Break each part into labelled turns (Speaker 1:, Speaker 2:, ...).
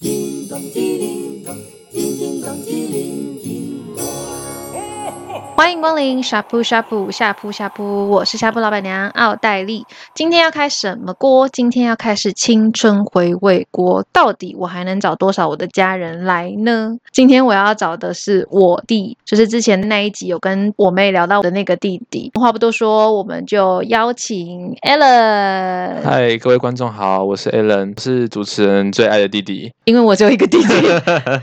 Speaker 1: 叮咚，叮铃咚，叮叮咚，叮铃叮咚。
Speaker 2: 欢迎光临呷哺呷哺下铺下铺，我是下铺老板娘奥黛丽。今天要开什么锅？今天要开始青春回味锅。到底我还能找多少我的家人来呢？今天我要找的是我弟，就是之前那一集有跟我妹聊到的那个弟弟。话不多说，我们就邀请 Alan，
Speaker 3: 嗨，各位观众好，我是 Alan，我是主持人最爱的弟弟。
Speaker 2: 因为我只有一个弟弟。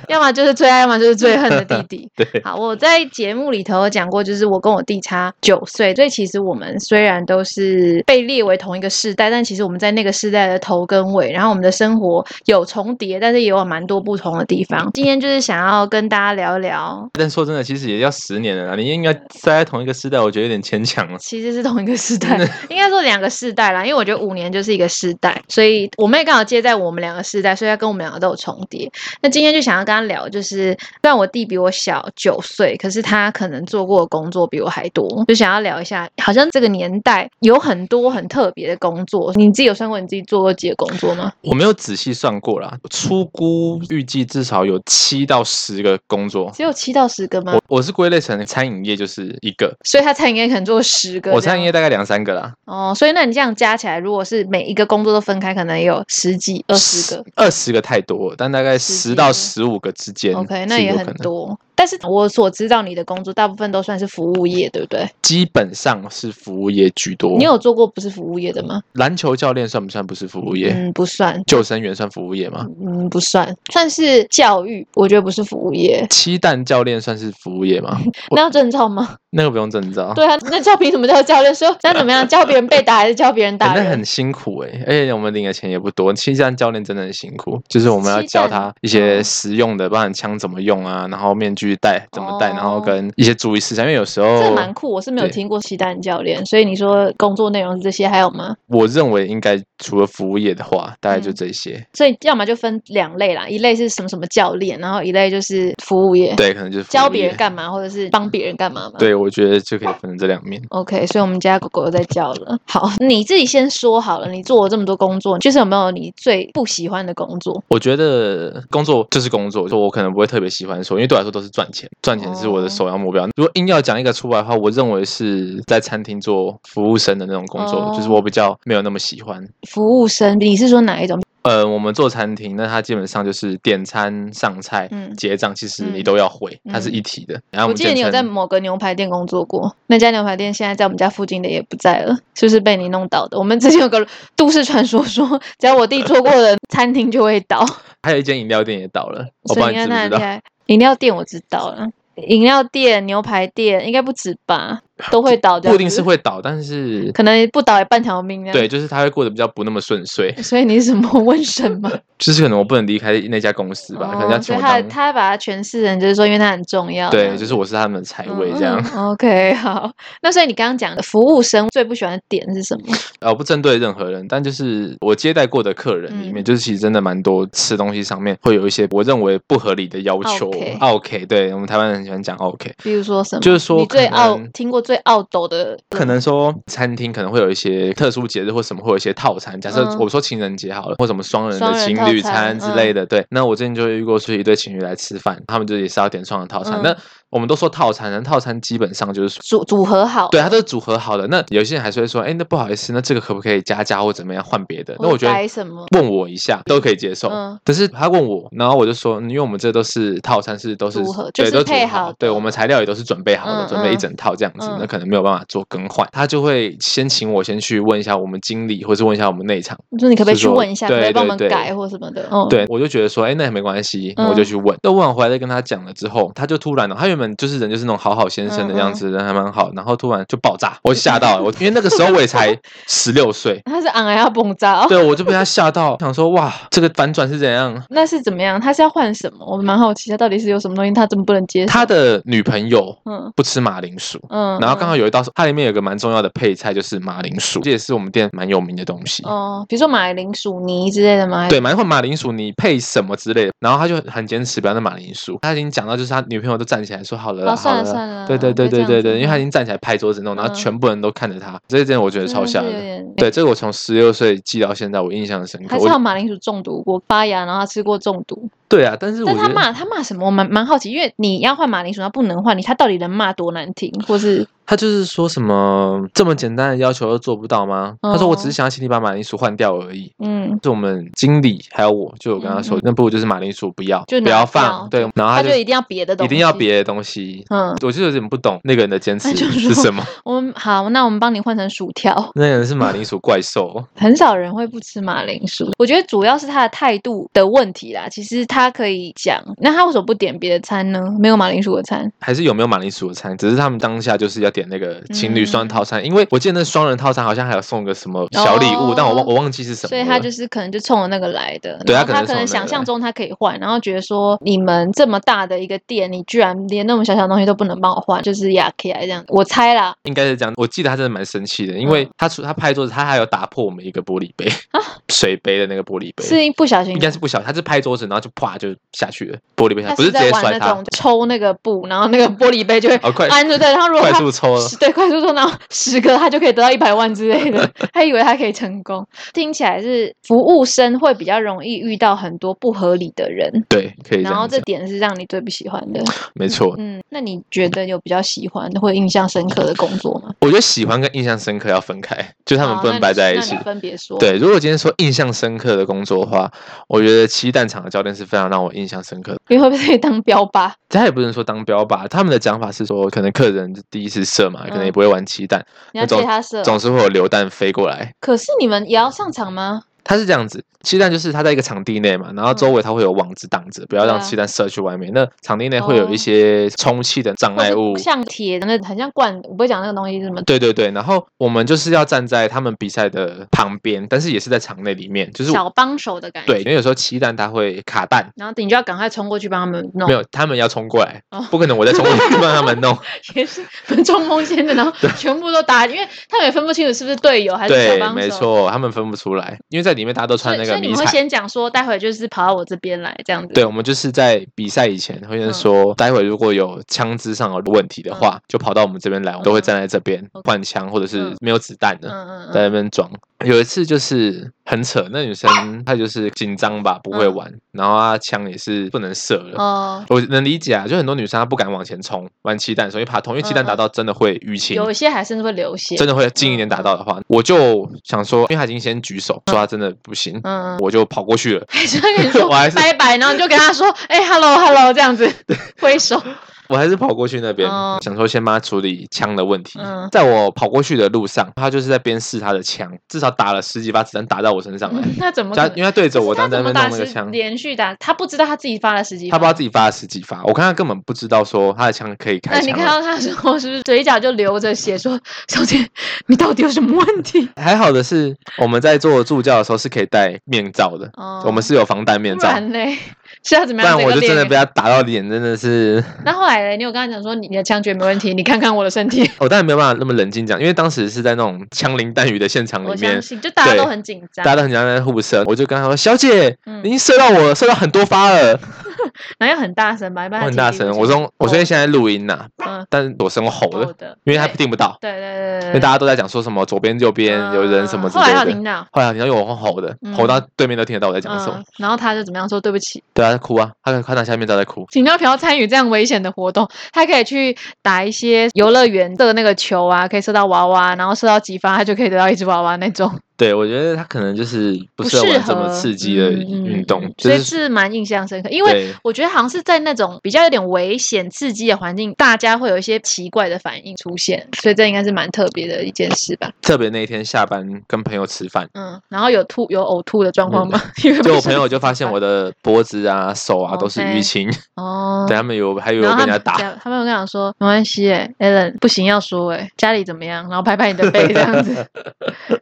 Speaker 2: 要么就是最爱，要么就是最恨的弟弟。
Speaker 3: 对，
Speaker 2: 好，我在节目里头有讲过，就是我跟我弟差九岁，所以其实我们虽然都是被列为同一个世代，但其实我们在那个世代的头跟尾，然后我们的生活有重叠，但是也有蛮多不同的地方。今天就是想要跟大家聊一聊，
Speaker 3: 但说真的，其实也要十年了啦，你应该塞在同一个世代，我觉得有点牵强了。
Speaker 2: 其实是同一个世
Speaker 3: 嗯
Speaker 2: 代，应该说两个世代啦，因为我觉得五年就是一个世代，所以我妹刚好接在我们两个世代，所以她跟我们两个都有重叠。那今天就想要跟她聊，就是虽然我弟比我小九岁，可是他可能做过的工作比我还多，就想要聊一下，好像这个年代有很多很特别的工作，你自己有算过你自己做过几个工作吗？
Speaker 3: 我没有仔细算过啦，初估预计至少有七到十个工作。
Speaker 2: 只有七到十个吗
Speaker 3: 我？我是归类成餐饮业就是一个，
Speaker 2: 所以他餐饮业可能做十个这样，
Speaker 3: 我餐饮业大概两三个啦，
Speaker 2: 哦，所以那你这样加起来，如果是每一个工作都分开，可能也有十几、二十个。
Speaker 3: 二十个太多了，但大概
Speaker 2: 十
Speaker 3: 十
Speaker 2: 几
Speaker 3: 到
Speaker 2: 个
Speaker 3: 十五个之间
Speaker 2: OK，那
Speaker 3: 是
Speaker 2: 也
Speaker 3: 有
Speaker 2: 很
Speaker 3: 可能，
Speaker 2: 多。但是我所知道你的工作大部分都算是服务业，对不对？
Speaker 3: 基本上是服务业居多。
Speaker 2: 你有做过不是服务业的吗？
Speaker 3: 篮球教练算不算不是服务业？
Speaker 2: 嗯，不算，
Speaker 3: 救生员算服务业吗？
Speaker 2: 嗯，不算，算是教育，我觉得不是服务业。
Speaker 3: 七蛋教练算是服务业吗？我
Speaker 2: 那要证照吗？
Speaker 3: 那个不用证照。哎
Speaker 2: 对啊，那教凭什么叫教练？ 说那怎么样？教别人被打还是教别人
Speaker 3: 欸
Speaker 2: 打
Speaker 3: 那
Speaker 2: 人？
Speaker 3: 很辛苦哎、而且我们领的钱也不多。气象教练真的很辛苦，就是我们要
Speaker 2: 气
Speaker 3: 教
Speaker 2: 弹
Speaker 3: 他一些
Speaker 2: 哦
Speaker 3: 实用的，包含枪怎么用啊，然后面具戴怎么戴，然后
Speaker 2: 哦
Speaker 3: 跟一些注意事项。因为有时候
Speaker 2: 这蛮酷，我是没有
Speaker 3: 对
Speaker 2: 听过西单教练，所以你说工作内容是这些还有吗？
Speaker 3: 我认为应该除了服务业的话，大概就
Speaker 2: 嗯
Speaker 3: 这些。
Speaker 2: 所以要么就分两类啦，一类是什么什么教练，然后一类就是服务业，
Speaker 3: 对，可能就是服
Speaker 2: 教
Speaker 3: 务
Speaker 2: 别人
Speaker 3: 业。
Speaker 2: 干嘛或者是帮别人干嘛嘛。
Speaker 3: 对，我觉得就可以分成这两面。
Speaker 2: OK，所以我们家狗狗又在叫了。好，你自己先说好了，你做了这么多工作，就是有没有你最不喜欢的工作？
Speaker 3: 我觉得工作就是工作，就我可能不会特别喜欢说，因为对我来说都是赚钱，赚钱是我的
Speaker 2: 哦
Speaker 3: 首要目标。如果硬要讲一个出来的话，我认为是在餐厅做服务生的那种工作，就是
Speaker 2: 哦
Speaker 3: 我比较没有那么喜欢。
Speaker 2: 服务生，你是说哪一种？
Speaker 3: 呃，我们做餐厅，那它基本上就是点餐、上菜、
Speaker 2: 嗯
Speaker 3: 结账，其实你
Speaker 2: 嗯
Speaker 3: 都要会，它是
Speaker 2: 嗯
Speaker 3: 一体的。然
Speaker 2: 我
Speaker 3: 后们
Speaker 2: 记得
Speaker 3: 简
Speaker 2: 你有在
Speaker 3: 称
Speaker 2: 某个牛排店工作过，那家牛排店现在在我们家附近的也不在了，是不是被你弄倒的？我们之前有个都市传说说，只要我弟做过的餐厅就会 倒，
Speaker 3: 还有一间饮料店也倒了，我不知
Speaker 2: 所
Speaker 3: 道
Speaker 2: 以
Speaker 3: 你
Speaker 2: 你看
Speaker 3: 知不
Speaker 2: 他
Speaker 3: 知
Speaker 2: 很
Speaker 3: 道
Speaker 2: 厉。害。饮料店我知道了，饮料店、牛排店应该不止吧，都会倒这样子。
Speaker 3: 不一定是会倒，但是
Speaker 2: 可能不倒也半条命这样。
Speaker 3: 对，就是他会过得比较不那么顺遂，
Speaker 2: 所以你是什么瘟神吗？
Speaker 3: 就是可能我不能离开那家公司吧，可能要
Speaker 2: 哦、
Speaker 3: 请
Speaker 2: 所以
Speaker 3: 我
Speaker 2: 他
Speaker 3: 当。
Speaker 2: 他把它诠释成就是说，因为它很重要。这
Speaker 3: 对，
Speaker 2: 样
Speaker 3: 就是我是他们的财位这样
Speaker 2: 嗯，嗯 OK，好。 那所以你刚刚讲的服务生最不喜欢的点是什么？
Speaker 3: 呃，不针对任何人，但就是我接待过的客人里
Speaker 2: 嗯
Speaker 3: 面，就是其实真的蛮多吃东西上面会有一些我认为不合理的要求。
Speaker 2: OK
Speaker 3: OK，对我们台湾人很喜欢讲 OK，
Speaker 2: 比如说什么？
Speaker 3: 就是
Speaker 2: 嗯
Speaker 3: 说
Speaker 2: 你最
Speaker 3: 可
Speaker 2: 傲
Speaker 3: 能
Speaker 2: 听过最傲斗的，
Speaker 3: 可能说餐厅可能会有一些特殊节日或什么会有一些套餐，假设
Speaker 2: 嗯
Speaker 3: 我说情人节好了，或什么双人
Speaker 2: 双
Speaker 3: 的
Speaker 2: 人
Speaker 3: 情
Speaker 2: 套
Speaker 3: 侣餐
Speaker 2: 餐嗯
Speaker 3: 之类的，对。那我之前就遇过是一对情侣来吃饭，他们就也是要点双人套餐。
Speaker 2: 嗯
Speaker 3: 那我们都说套餐，但套餐基本上就是说。
Speaker 2: 组组合好，
Speaker 3: 对，它都是组合好的。那有些人还是会说，哎，那不好意思，那这个可不可以加价或怎么样换别的？那我觉
Speaker 2: 改
Speaker 3: 得
Speaker 2: 什么？
Speaker 3: 问我一下都可以接受。
Speaker 2: 嗯
Speaker 3: 但是他问我，然后我就说，嗯因为我们这都是套餐，是都是
Speaker 2: 组合就
Speaker 3: 对，
Speaker 2: 是
Speaker 3: 都组
Speaker 2: 配好
Speaker 3: 好
Speaker 2: 的，
Speaker 3: 对我们材料也都是准备好的，
Speaker 2: 嗯
Speaker 3: 准备一
Speaker 2: 嗯
Speaker 3: 整套这样子，那
Speaker 2: 嗯
Speaker 3: 可能没有办法做更换。他就会先请我先去问一下我们经理，或是问一下我们内场。
Speaker 2: 你说你可不可以
Speaker 3: 是
Speaker 2: 去
Speaker 3: 说
Speaker 2: 问一下，可不可
Speaker 3: 对
Speaker 2: 以帮
Speaker 3: 对
Speaker 2: 我们
Speaker 3: 对
Speaker 2: 改或什么的？嗯，
Speaker 3: 对，我就觉得说，哎，那也没关系，我就
Speaker 2: 嗯
Speaker 3: 去问。那问完回来再跟他讲了之后，他就突然哦，他原本就是人就是那种好好先生的
Speaker 2: 嗯
Speaker 3: 样
Speaker 2: 嗯
Speaker 3: 子，人还蛮好，然后突然就爆炸，我吓到了，我 因为那个时候我也才十六岁。
Speaker 2: 他是昂然要蹦炸哦。
Speaker 3: 对，我就被他吓到，想说哇，这个反转是怎样？
Speaker 2: 那是怎么样？他是要换什么？我蛮好奇，他到底是有什么东西，他怎么不能接受？
Speaker 3: 他的女朋友
Speaker 2: 嗯
Speaker 3: 不吃马铃薯，
Speaker 2: 嗯，
Speaker 3: 然后刚好
Speaker 2: 嗯
Speaker 3: 有一道，它里面有个蛮重要的配菜就是马铃薯，这也是我们店蛮有名的东西。
Speaker 2: 哦，比如说马铃薯泥之类的吗？还是
Speaker 3: 对，蛮会马铃薯，你配什么之类的，然后他就很坚持不要那马铃薯。他已经讲到，就是他女朋友都站起来说好了啦，
Speaker 2: 哦算了
Speaker 3: 好啦
Speaker 2: 算了
Speaker 3: 对对对
Speaker 2: 不要
Speaker 3: 对
Speaker 2: 这
Speaker 3: 对
Speaker 2: 样
Speaker 3: 对，
Speaker 2: 子
Speaker 3: 因为他已经站起来拍桌子弄，然后
Speaker 2: 嗯
Speaker 3: 全部人都看着他，这一点我觉得
Speaker 2: 真
Speaker 3: 超
Speaker 2: 的是
Speaker 3: 吓
Speaker 2: 嗯有
Speaker 3: 人。
Speaker 2: 点
Speaker 3: 对，这个我从十六岁记到现在，我印象深刻。
Speaker 2: 还是
Speaker 3: 我
Speaker 2: 他有马铃薯中毒过，发芽，然后他吃过中毒。
Speaker 3: 对啊，但是我
Speaker 2: 但
Speaker 3: 觉
Speaker 2: 他
Speaker 3: 得
Speaker 2: 骂他骂什么？我蛮蛮好奇，因为你要换马铃薯，他不能换你，他到底能骂多难听，或是
Speaker 3: 他就是说什么这么简单的要求都做不到吗？他说我
Speaker 2: 哦
Speaker 3: 只是想要请你把马铃薯换掉而已。
Speaker 2: 嗯，
Speaker 3: 是我们经理还有我就有跟他说，
Speaker 2: 嗯嗯
Speaker 3: 那不如就是马铃薯不要，
Speaker 2: 就拿
Speaker 3: 不要
Speaker 2: 掉
Speaker 3: 放，对，然后
Speaker 2: 他
Speaker 3: 就
Speaker 2: 就一定要别的东
Speaker 3: 一
Speaker 2: 西，
Speaker 3: 定要别的东西。
Speaker 2: 嗯，
Speaker 3: 我就有点不懂那个人的坚持
Speaker 2: 他就说
Speaker 3: 是什么，
Speaker 2: 我们好，那我们帮你换成薯条。
Speaker 3: 那个人是马铃薯怪兽。
Speaker 2: 很少人会不吃马铃薯，我觉得主要是他的态度的问题啦。其实他可以讲，那他为什么不点别的餐呢？没有马铃薯的餐，
Speaker 3: 还是有没有马铃薯的餐？只是他们当下就是要点那个情侣双
Speaker 2: 嗯
Speaker 3: 套餐，因为我记得那双人套餐好像还有送个什么小礼物，
Speaker 2: 哦
Speaker 3: 但我忘我忘记是什么
Speaker 2: 所
Speaker 3: 了。
Speaker 2: 以他就是可能就冲着那个来的。
Speaker 3: 对
Speaker 2: 然
Speaker 3: 他
Speaker 2: 后
Speaker 3: 可能
Speaker 2: 他可
Speaker 3: 是冲着
Speaker 2: 能
Speaker 3: 那个
Speaker 2: 想象
Speaker 3: 来
Speaker 2: 中他可以换，然后觉得说你们这么大的一个店，你居然连那么小小的东西都不能帮我换，就是亚克来这样。我猜啦，
Speaker 3: 应该是这样。我记得他真的蛮生气的，因
Speaker 2: 嗯
Speaker 3: 为他除他拍桌子，他还有打破我们一个玻璃杯，
Speaker 2: 啊
Speaker 3: 水杯的那个玻璃杯，
Speaker 2: 是不小心
Speaker 3: 应该是不小心，他是拍桌子，然后就啪就下去了，玻璃杯
Speaker 2: 他
Speaker 3: 下，不是直
Speaker 2: 在
Speaker 3: 接
Speaker 2: 玩
Speaker 3: 摔
Speaker 2: 那
Speaker 3: 他
Speaker 2: 种，啊抽那个布，然后那个玻璃杯就会
Speaker 3: 哦快
Speaker 2: 安住。对，然后如果
Speaker 3: 快
Speaker 2: 他
Speaker 3: 速抽了。
Speaker 2: 十对快速做到十个，他就可以得到一百万之类的。他以为他可以成功，听起来是服务生会比较容易遇到很多不合理的人，
Speaker 3: 对，可以这
Speaker 2: 然后
Speaker 3: 样
Speaker 2: 这
Speaker 3: 子，
Speaker 2: 点是让你最不喜欢的。
Speaker 3: 没错。
Speaker 2: 嗯，那你觉得有比较喜欢或印象深刻的工作吗？
Speaker 3: 我觉得喜欢跟印象深刻要分开，就他们
Speaker 2: 好
Speaker 3: 不
Speaker 2: 哦那
Speaker 3: 能
Speaker 2: 你
Speaker 3: 摆在一起
Speaker 2: 那你。分别说。，
Speaker 3: 对，如果今天说印象深刻的工作的话，我觉得七蛋厂的教练是非常让我印象深刻的。
Speaker 2: 你会不会当标靶？
Speaker 3: 他也不能说当标靶，他们的讲法是说，可能客人第一次射嘛，可能也
Speaker 2: 嗯
Speaker 3: 不会玩鸡蛋，
Speaker 2: 你要
Speaker 3: 那种
Speaker 2: 借他射。
Speaker 3: 总是会有流弹飞过来。
Speaker 2: 可是你们也要上场吗？
Speaker 3: 他是这样子，鸡蛋就是它在一个场地内嘛，然后周围它会有网子挡着，不要
Speaker 2: 嗯对
Speaker 3: 让
Speaker 2: 啊
Speaker 3: 鸡蛋射去外面。那场地内会有
Speaker 2: 哦
Speaker 3: 一些充气的障
Speaker 2: 或
Speaker 3: 碍物
Speaker 2: 是，像铁的那很像罐，我不会讲那个东西是什么。
Speaker 3: 对对对。然后我们就是要站在他们比赛的旁边，但是也是在场内里面，就是
Speaker 2: 小帮手的感觉。
Speaker 3: 对，因为有时候鸡蛋它会卡蛋，
Speaker 2: 然后你就要赶快冲过去帮他们弄。
Speaker 3: 没有他们要冲过来
Speaker 2: 哦，
Speaker 3: 不可能我再冲过去帮他们弄。
Speaker 2: 也是中空间的，然后全部都打，因为他们也分不清楚是不是队 友还是小
Speaker 3: 对，
Speaker 2: 帮手。
Speaker 3: 没。错，他们分不出来，因为在里面大家都
Speaker 2: 所
Speaker 3: 穿
Speaker 2: 以
Speaker 3: 那
Speaker 2: 所
Speaker 3: 个
Speaker 2: 以你
Speaker 3: 迷
Speaker 2: 们会
Speaker 3: 彩。
Speaker 2: 先讲说，待会就是跑到我这边来这样子。
Speaker 3: 对，我们就是在比赛以前会先
Speaker 2: 嗯
Speaker 3: 说，待会如果有枪支上有问题的话，就跑到我们这边来，我们都会站在这边换枪，或者是
Speaker 2: 嗯
Speaker 3: 没有子弹
Speaker 2: 嗯
Speaker 3: 的。
Speaker 2: 嗯
Speaker 3: 在
Speaker 2: 嗯。
Speaker 3: 那边装，有一次就是很扯，那女生她就是紧张吧，不会
Speaker 2: 嗯
Speaker 3: 玩，然后她枪也是不能射了。
Speaker 2: 哦，
Speaker 3: 我能理解啊，就很多女生她不敢往前冲，玩气弹的时候，因为怕痛，因为气弹
Speaker 2: 嗯嗯
Speaker 3: 打到真的会淤青，
Speaker 2: 有一些还甚至会流血。
Speaker 3: 真的会近一点打到的话，我就想说，因为她已经先举手说她真的不行，
Speaker 2: 嗯，嗯
Speaker 3: 我就跑过去 了，
Speaker 2: 还是会跟你说
Speaker 3: 我还是
Speaker 2: 拜拜，然后你就跟他说， 哎，hello hello 这样子挥手。
Speaker 3: 我还是跑过去那边，
Speaker 2: 哦
Speaker 3: 想说先帮他处理枪的问题。
Speaker 2: 嗯
Speaker 3: 在我跑过去的路上，他就是在边试他的枪，至少打了十几发子弹打到我身上来。
Speaker 2: 嗯那怎么
Speaker 3: 他
Speaker 2: 可
Speaker 3: 因为
Speaker 2: 能？
Speaker 3: 他对着
Speaker 2: 可
Speaker 3: 我，
Speaker 2: 是他
Speaker 3: 当时
Speaker 2: 怎
Speaker 3: 在
Speaker 2: 么打
Speaker 3: 那边弄那个
Speaker 2: 十
Speaker 3: 枪，
Speaker 2: 连续打？他不知道他自己发了十几发。
Speaker 3: 他不知道自己发了十几发。我看他根本不知道说他的枪可以开
Speaker 2: 那你
Speaker 3: 枪
Speaker 2: 看
Speaker 3: 了。
Speaker 2: 到他的时候，是不是嘴角就流着血，说：“小姐，你到底有什么问题
Speaker 3: 还好的是，我们在做助教的时候是可以戴面罩的，？”
Speaker 2: 哦
Speaker 3: 我们是有防弹面
Speaker 2: 不
Speaker 3: 罩，
Speaker 2: 然嘞，是要怎
Speaker 3: 不
Speaker 2: 么样？
Speaker 3: 然我就真的被
Speaker 2: 不要。
Speaker 3: 他打到脸，真的是。
Speaker 2: 那后来嘞，你有跟他讲说你你的枪决没问题，你看看我的身 体。
Speaker 3: 我哦当然没有办法那么冷静讲，因为当时是在那种枪林弹雨的现场
Speaker 2: 我
Speaker 3: 里
Speaker 2: 相
Speaker 3: 面，
Speaker 2: 信，就大家都
Speaker 3: 对
Speaker 2: 很紧张
Speaker 3: 大，家都很简单互射，我就跟他说：“小姐，
Speaker 2: 嗯
Speaker 3: 你已经射到我了，射到很多发了，
Speaker 2: 然后又很大声吧，一般
Speaker 3: 我很大声。”我说：“我说现在录音呐、
Speaker 2: 嗯，
Speaker 3: 但是我是用吼
Speaker 2: 吼
Speaker 3: 的，
Speaker 2: 的，
Speaker 3: 因为他
Speaker 2: 对
Speaker 3: 听不到，
Speaker 2: 对对对对，呃
Speaker 3: 因为大家都在讲说什么左边右边有人什么
Speaker 2: 嗯
Speaker 3: 之
Speaker 2: 后
Speaker 3: 类
Speaker 2: 来他
Speaker 3: 的。
Speaker 2: 听到，
Speaker 3: 后来你要用我用吼的，
Speaker 2: 嗯
Speaker 3: 吼到对面都听得到我在讲什么
Speaker 2: 嗯。，然后他就怎么样说对不起，
Speaker 3: 对啊，他哭啊，他他拿下面罩在哭。
Speaker 2: 请他不要参与这样危险的活动，他可以去打一些游乐园的那个球啊，可以射到娃娃，然后射到几发，他就可以得到一只娃娃那种，
Speaker 3: 对，我觉得他可能就是不
Speaker 2: 不
Speaker 3: 适合玩这么
Speaker 2: 合
Speaker 3: 刺激的
Speaker 2: 嗯嗯
Speaker 3: 运动，
Speaker 2: 嗯
Speaker 3: 就
Speaker 2: 所以
Speaker 3: 是
Speaker 2: 是蛮印象深刻，因为
Speaker 3: 对
Speaker 2: 我觉得好像是在那种比较有点危险、刺激的环境，大家会有一些奇怪的反应出现，所以这应该是蛮特别的一件事吧。
Speaker 3: 特别那一天下班跟朋友吃饭。
Speaker 2: 嗯，然后有吐、有呕吐的状况吗？ 因为
Speaker 3: 嗯 就
Speaker 2: 不
Speaker 3: 我
Speaker 2: 是
Speaker 3: 朋友就发现我的脖子啊、手啊都是淤
Speaker 2: OK
Speaker 3: 青，
Speaker 2: 哦
Speaker 3: 对，他们有还以为
Speaker 2: 然
Speaker 3: 我
Speaker 2: 后
Speaker 3: 被
Speaker 2: 他
Speaker 3: 人家
Speaker 2: 们
Speaker 3: 打，
Speaker 2: 讲他们有跟我讲说没关系哎 a l a n 不行要说哎，家里怎么样，然后拍拍你的背这样 子，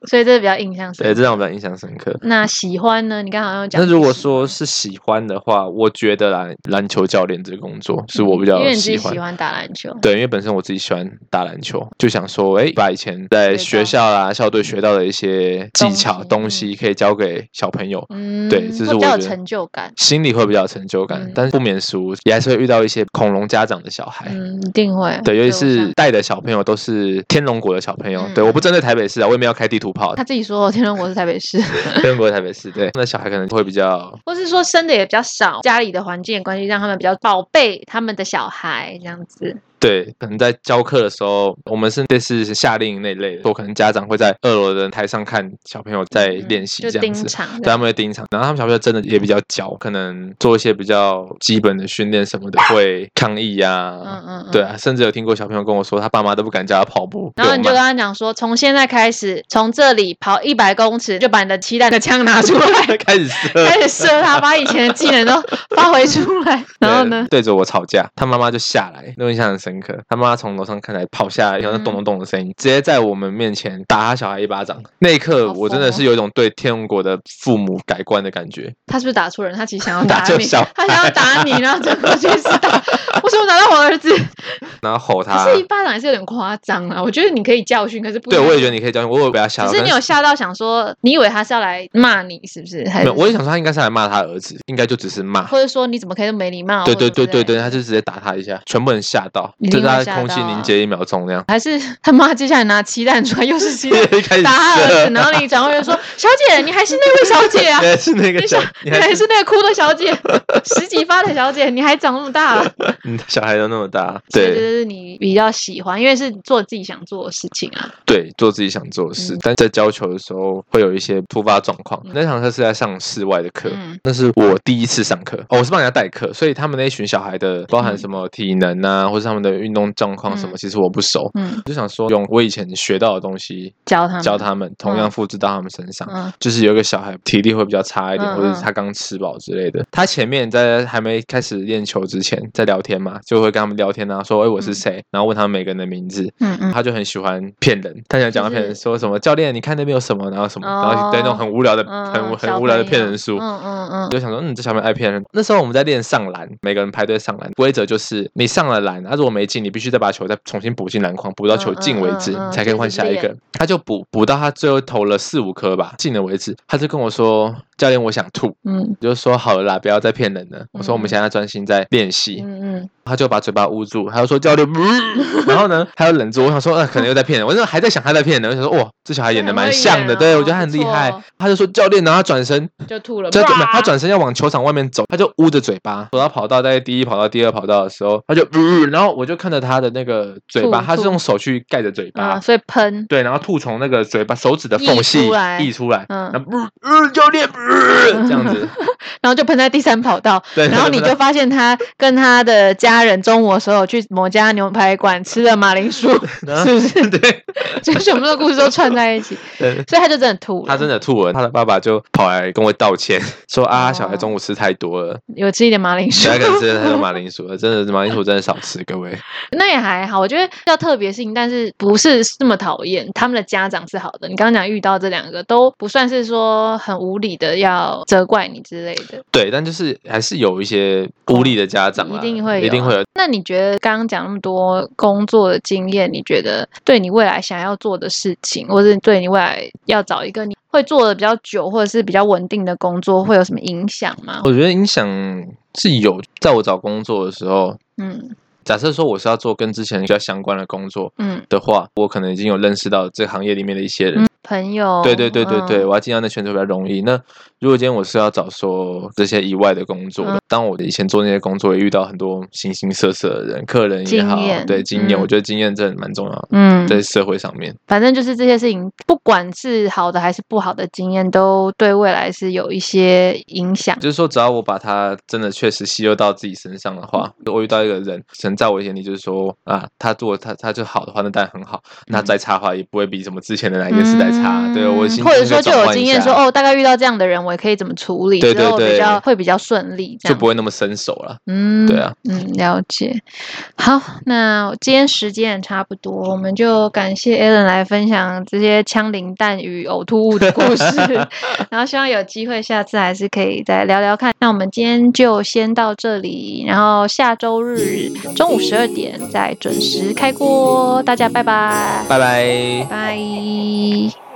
Speaker 2: 所以这比较印象深
Speaker 3: 对，
Speaker 2: 刻。
Speaker 3: 这让我比较印象深刻。
Speaker 2: 那喜欢呢？你刚好像有讲
Speaker 3: 那
Speaker 2: 喜欢，
Speaker 3: 如果说是喜欢的话，我觉得篮篮球教练这个工作是我比
Speaker 2: 嗯因
Speaker 3: 较
Speaker 2: 为你自己
Speaker 3: 喜欢
Speaker 2: 喜。欢打篮球，球。
Speaker 3: 对，因为本身我自己喜欢打篮球，就想说，哎，把以前在学校啦、校队学到的一些技巧
Speaker 2: 东
Speaker 3: 东
Speaker 2: 西
Speaker 3: 西，可以教给小朋友，
Speaker 2: 嗯，
Speaker 3: 对这是
Speaker 2: 会
Speaker 3: 我
Speaker 2: 比较有
Speaker 3: 觉得
Speaker 2: 成就感。
Speaker 3: 心里会比较有成就感。
Speaker 2: 嗯
Speaker 3: 但是不免俗，也还是会遇到一些恐龙家长的小孩。
Speaker 2: 嗯，一定会。
Speaker 3: 哎对，尤
Speaker 2: 我
Speaker 3: 其
Speaker 2: 相
Speaker 3: 是带的小朋友都是天龙国的小朋友。
Speaker 2: 嗯
Speaker 3: 对，我不针对台北市啊，我也没有开地图 炮
Speaker 2: 他。自己说，天龙国是台北 市，
Speaker 3: 天龙国的台北市，对，那小孩可能会比较
Speaker 2: 或是说生的也比较少，家里的环境的关系让他们比较宝贝他们的小孩这样子。
Speaker 3: 对，可能在教课的时候，我们是类似夏令营那一类的，我可能家长会在二楼的台上看小朋友在
Speaker 2: 嗯
Speaker 3: 练习
Speaker 2: 就
Speaker 3: 这样
Speaker 2: 盯
Speaker 3: 子。
Speaker 2: 场这样。
Speaker 3: 对他们会盯场，然后他们小朋友真的也比较娇，可能做一些比较基本的训练什么的，会抗议呀、
Speaker 2: 嗯嗯嗯
Speaker 3: 对啊，甚至有听过小朋友跟我说，他爸妈都不敢叫他跑步，
Speaker 2: 然后你就
Speaker 3: 对
Speaker 2: 跟
Speaker 3: 我妈，
Speaker 2: 他讲说，从现在开始，从这里跑一百公尺，就把你的期待的枪拿出来
Speaker 3: 开始射
Speaker 2: 开始射他，把以前的技能都发挥出来。然后呢，
Speaker 3: 对对着我吵架，他妈妈就下来，那我印象很深刻。他妈妈从楼上看来跑下来，然后
Speaker 2: 嗯
Speaker 3: 咚咚咚的声音，直接在我们面前打他小孩一巴掌。那一刻，
Speaker 2: 好
Speaker 3: 我真
Speaker 2: 疯
Speaker 3: 的
Speaker 2: 哦
Speaker 3: 是有一种对天龙国的父母改观的感觉。
Speaker 2: 他是不是打错人？他其实想要
Speaker 3: 打
Speaker 2: 打
Speaker 3: 错
Speaker 2: 你，
Speaker 3: 小
Speaker 2: 他想要打你，然后结 果就是打，为什么打到我儿子？
Speaker 3: 然后吼 他
Speaker 2: 可，是，一巴掌也是有点夸张啊。我觉得你可以教训，可是不
Speaker 3: 对我也觉
Speaker 2: 得。
Speaker 3: 得你可以教训我，我有被他吓到。
Speaker 2: 只是你
Speaker 3: 但
Speaker 2: 有吓到，想说你以为他是要来骂你，是不是？还
Speaker 3: 没
Speaker 2: 是
Speaker 3: 有？我也想说他应该是来骂他儿子，应该就只是骂。
Speaker 2: 或者说你怎么可以那么没礼貌？
Speaker 3: 对
Speaker 2: 或者
Speaker 3: 对
Speaker 2: 什么
Speaker 3: 对
Speaker 2: 之
Speaker 3: 对
Speaker 2: 类的
Speaker 3: 对，他就直接打他一下，全部人吓到，
Speaker 2: 一
Speaker 3: 就
Speaker 2: 定
Speaker 3: 是他
Speaker 2: 会吓
Speaker 3: 空气
Speaker 2: 到啊
Speaker 3: 凝结一秒钟那样。
Speaker 2: 还是他妈接下来拿鸡蛋出来，又是鸡 蛋，
Speaker 3: 开始
Speaker 2: 打他儿
Speaker 3: 射
Speaker 2: 子，然后你转过去说：“小姐，你还是那位小姐 啊，
Speaker 3: 对，是那个
Speaker 2: 你
Speaker 3: 小
Speaker 2: 想，
Speaker 3: 你
Speaker 2: 你
Speaker 3: 还
Speaker 2: 还是那个哭的小 姐，十几发的小姐，你还长那么大、啊。
Speaker 3: 嗯小孩都那么大，”
Speaker 2: 这就
Speaker 3: 对
Speaker 2: 是你比较喜欢，因为是做自己想做的事情啊。
Speaker 3: 对，做自己想做的事
Speaker 2: 嗯，
Speaker 3: 但在教球的时候会有一些突发状况。那堂课是在上室外的课，
Speaker 2: 嗯，
Speaker 3: 那是我第一次上课哦，我是帮人家代课，所以他们那一群小孩的，包含什么体能啊，或是他们的运动状况什么，
Speaker 2: 嗯
Speaker 3: 其实我不熟。
Speaker 2: 嗯，
Speaker 3: 就想说用我以前学到的东西
Speaker 2: 教他们，
Speaker 3: 教他们，同样
Speaker 2: 嗯
Speaker 3: 复制到他们身上。
Speaker 2: 嗯
Speaker 3: 就是有一个小孩体力会比较差一点，
Speaker 2: 嗯
Speaker 3: 或者是
Speaker 2: 嗯
Speaker 3: 他刚吃饱之类的。他前面在还没开始练球之前，在聊天嘛，就会跟他们聊天啊，说哎、我是
Speaker 2: 嗯
Speaker 3: 谁，然后问他们每个人的名字。
Speaker 2: 嗯嗯，
Speaker 3: 他就很喜欢骗人，他想讲
Speaker 2: 就
Speaker 3: 他骗人，
Speaker 2: 是
Speaker 3: 说什么教练，你看那边有什么，然后什么，然后对那种
Speaker 2: 哦
Speaker 3: 很无聊的、
Speaker 2: 嗯
Speaker 3: 很无
Speaker 2: 小
Speaker 3: 很无聊的
Speaker 2: 朋友
Speaker 3: 骗人术，
Speaker 2: 嗯嗯嗯，
Speaker 3: 就想说，嗯，这小朋友爱骗人。那时候我们在练上篮，每个人排队上篮，规则就是你上了篮，啊，如果没进，你必须再把球再重新补进篮筐，补到球进为止，
Speaker 2: 嗯嗯嗯嗯
Speaker 3: 你才可以换下一
Speaker 2: 就
Speaker 3: 个
Speaker 2: 是。
Speaker 3: 他就补补到他最后投了四五颗吧，进了为止。他就跟我说，教练，我想吐。
Speaker 2: 嗯
Speaker 3: 我就说好了啦，不要再骗人了。我说我们
Speaker 2: 嗯
Speaker 3: 现在专心在练习，
Speaker 2: 嗯嗯，
Speaker 3: 他就把嘴巴捂住，他就说 教练，嗯然后呢，他又忍住。我想说，呃，可能又在骗人。我那时候还在想他在骗人，我想说，哇，这小孩
Speaker 2: 这
Speaker 3: 演的
Speaker 2: 很
Speaker 3: 蛮
Speaker 2: 会
Speaker 3: 像
Speaker 2: 演
Speaker 3: 的，
Speaker 2: 哦
Speaker 3: 对我觉得他很
Speaker 2: 不
Speaker 3: 厉
Speaker 2: 错
Speaker 3: 害
Speaker 2: 哦。
Speaker 3: 他就说教练，然后他转身，
Speaker 2: 嗯就吐了。啊
Speaker 3: 他转
Speaker 2: 哇
Speaker 3: 他转身要往球场外面走，他就捂着嘴巴，走到跑道，大概第一跑道、第二跑道的时候，他就、呃，然后我就看着他的那个嘴巴，
Speaker 2: 吐
Speaker 3: 他是
Speaker 2: 吐
Speaker 3: 用手去盖着嘴巴，
Speaker 2: 嗯，所以喷，
Speaker 3: 对，然后吐从那个嘴巴手指的缝
Speaker 2: 溢
Speaker 3: 隙
Speaker 2: 出来
Speaker 3: 溢出来，
Speaker 2: 嗯
Speaker 3: 然后、呃呃、教练、呃、这样 子，
Speaker 2: 然后就喷在第三跑道，
Speaker 3: 对，
Speaker 2: 然后你就发现他跟他的家人中午的时候去某家牛排馆吃了马铃薯，
Speaker 3: 啊
Speaker 2: 是不是？
Speaker 3: 是对
Speaker 2: 就全部的故事都串在一起，
Speaker 3: 对。
Speaker 2: 所以他就真的吐了。
Speaker 3: 他真的吐了，他的爸爸就跑来跟我道歉， 说啊，
Speaker 2: 哦
Speaker 3: 小孩中午吃太 多了，
Speaker 2: 有吃一点马铃薯
Speaker 3: 大，家可能吃太多马铃薯了，真的是马铃薯真的少吃，各位。
Speaker 2: 那也还好。我觉得比较特别的事情，但是不是那么讨厌。他们的家长是好的，你刚刚讲遇到这两个都不算是说很无理的要责怪你之类的。
Speaker 3: 对，但就是还是有一些孤立的家长
Speaker 2: 一
Speaker 3: 啦，
Speaker 2: 定会有啊
Speaker 3: 一定会有
Speaker 2: 那你觉得刚刚讲那么多工作的经验，你觉得对你未来想要做的事情，或者对你未来要找一个你会做的比较久或者是比较稳定的工作，会有什么影响吗？
Speaker 3: 我觉得影响是有，在我找工作的时候，
Speaker 2: 嗯
Speaker 3: 假设说我是要做跟之前比较相关的工作
Speaker 2: 嗯，
Speaker 3: 的话，我可能已经有认识到这行业里面的一些人。
Speaker 2: 朋友，
Speaker 3: 对对对对对，
Speaker 2: 嗯
Speaker 3: 我要尽量的选择比较容易。那如果今天我是要找说这些以外的工作
Speaker 2: 嗯
Speaker 3: 的，当我以前做那些工作，也遇到很多形形色色的人，客人也
Speaker 2: 经
Speaker 3: 好，
Speaker 2: 验
Speaker 3: 对经验，
Speaker 2: 嗯
Speaker 3: 我觉得经验真的蛮重要的，
Speaker 2: 嗯，
Speaker 3: 在社会上面。
Speaker 2: 反正就是这些事情，不管是好的还是不好的经验，都对未来是有一些影响。
Speaker 3: 就是说，只要我把它真的确实吸收到自己身上的话，我遇到一个人，可能在我眼里就是说啊，他如果他他就好的话，那当然很好，那再差的话也不会比什么之前的哪一件事再差。对我
Speaker 2: 嗯
Speaker 3: 心
Speaker 2: 嗯或者
Speaker 3: 心情
Speaker 2: 说就
Speaker 3: 转
Speaker 2: 有
Speaker 3: 换一
Speaker 2: 经验说
Speaker 3: 下，
Speaker 2: 哦，大概遇到这样的人，我也可以怎么处理，
Speaker 3: 对
Speaker 2: 之后
Speaker 3: 对对
Speaker 2: 比较会比较顺利，这
Speaker 3: 就
Speaker 2: 样
Speaker 3: 不会那么生手了。
Speaker 2: 嗯，
Speaker 3: 对啊，
Speaker 2: 嗯，了解。好，那今天时间也差不多，我们就感谢 Alan 来分享这些枪林弹雨、呕吐物的故 事，然后希望有机会下次还是可以再聊聊看。那我们今天就先到这里，然后下周日中午十二点再准时开锅，大家拜拜，
Speaker 3: 拜拜。
Speaker 2: 拜。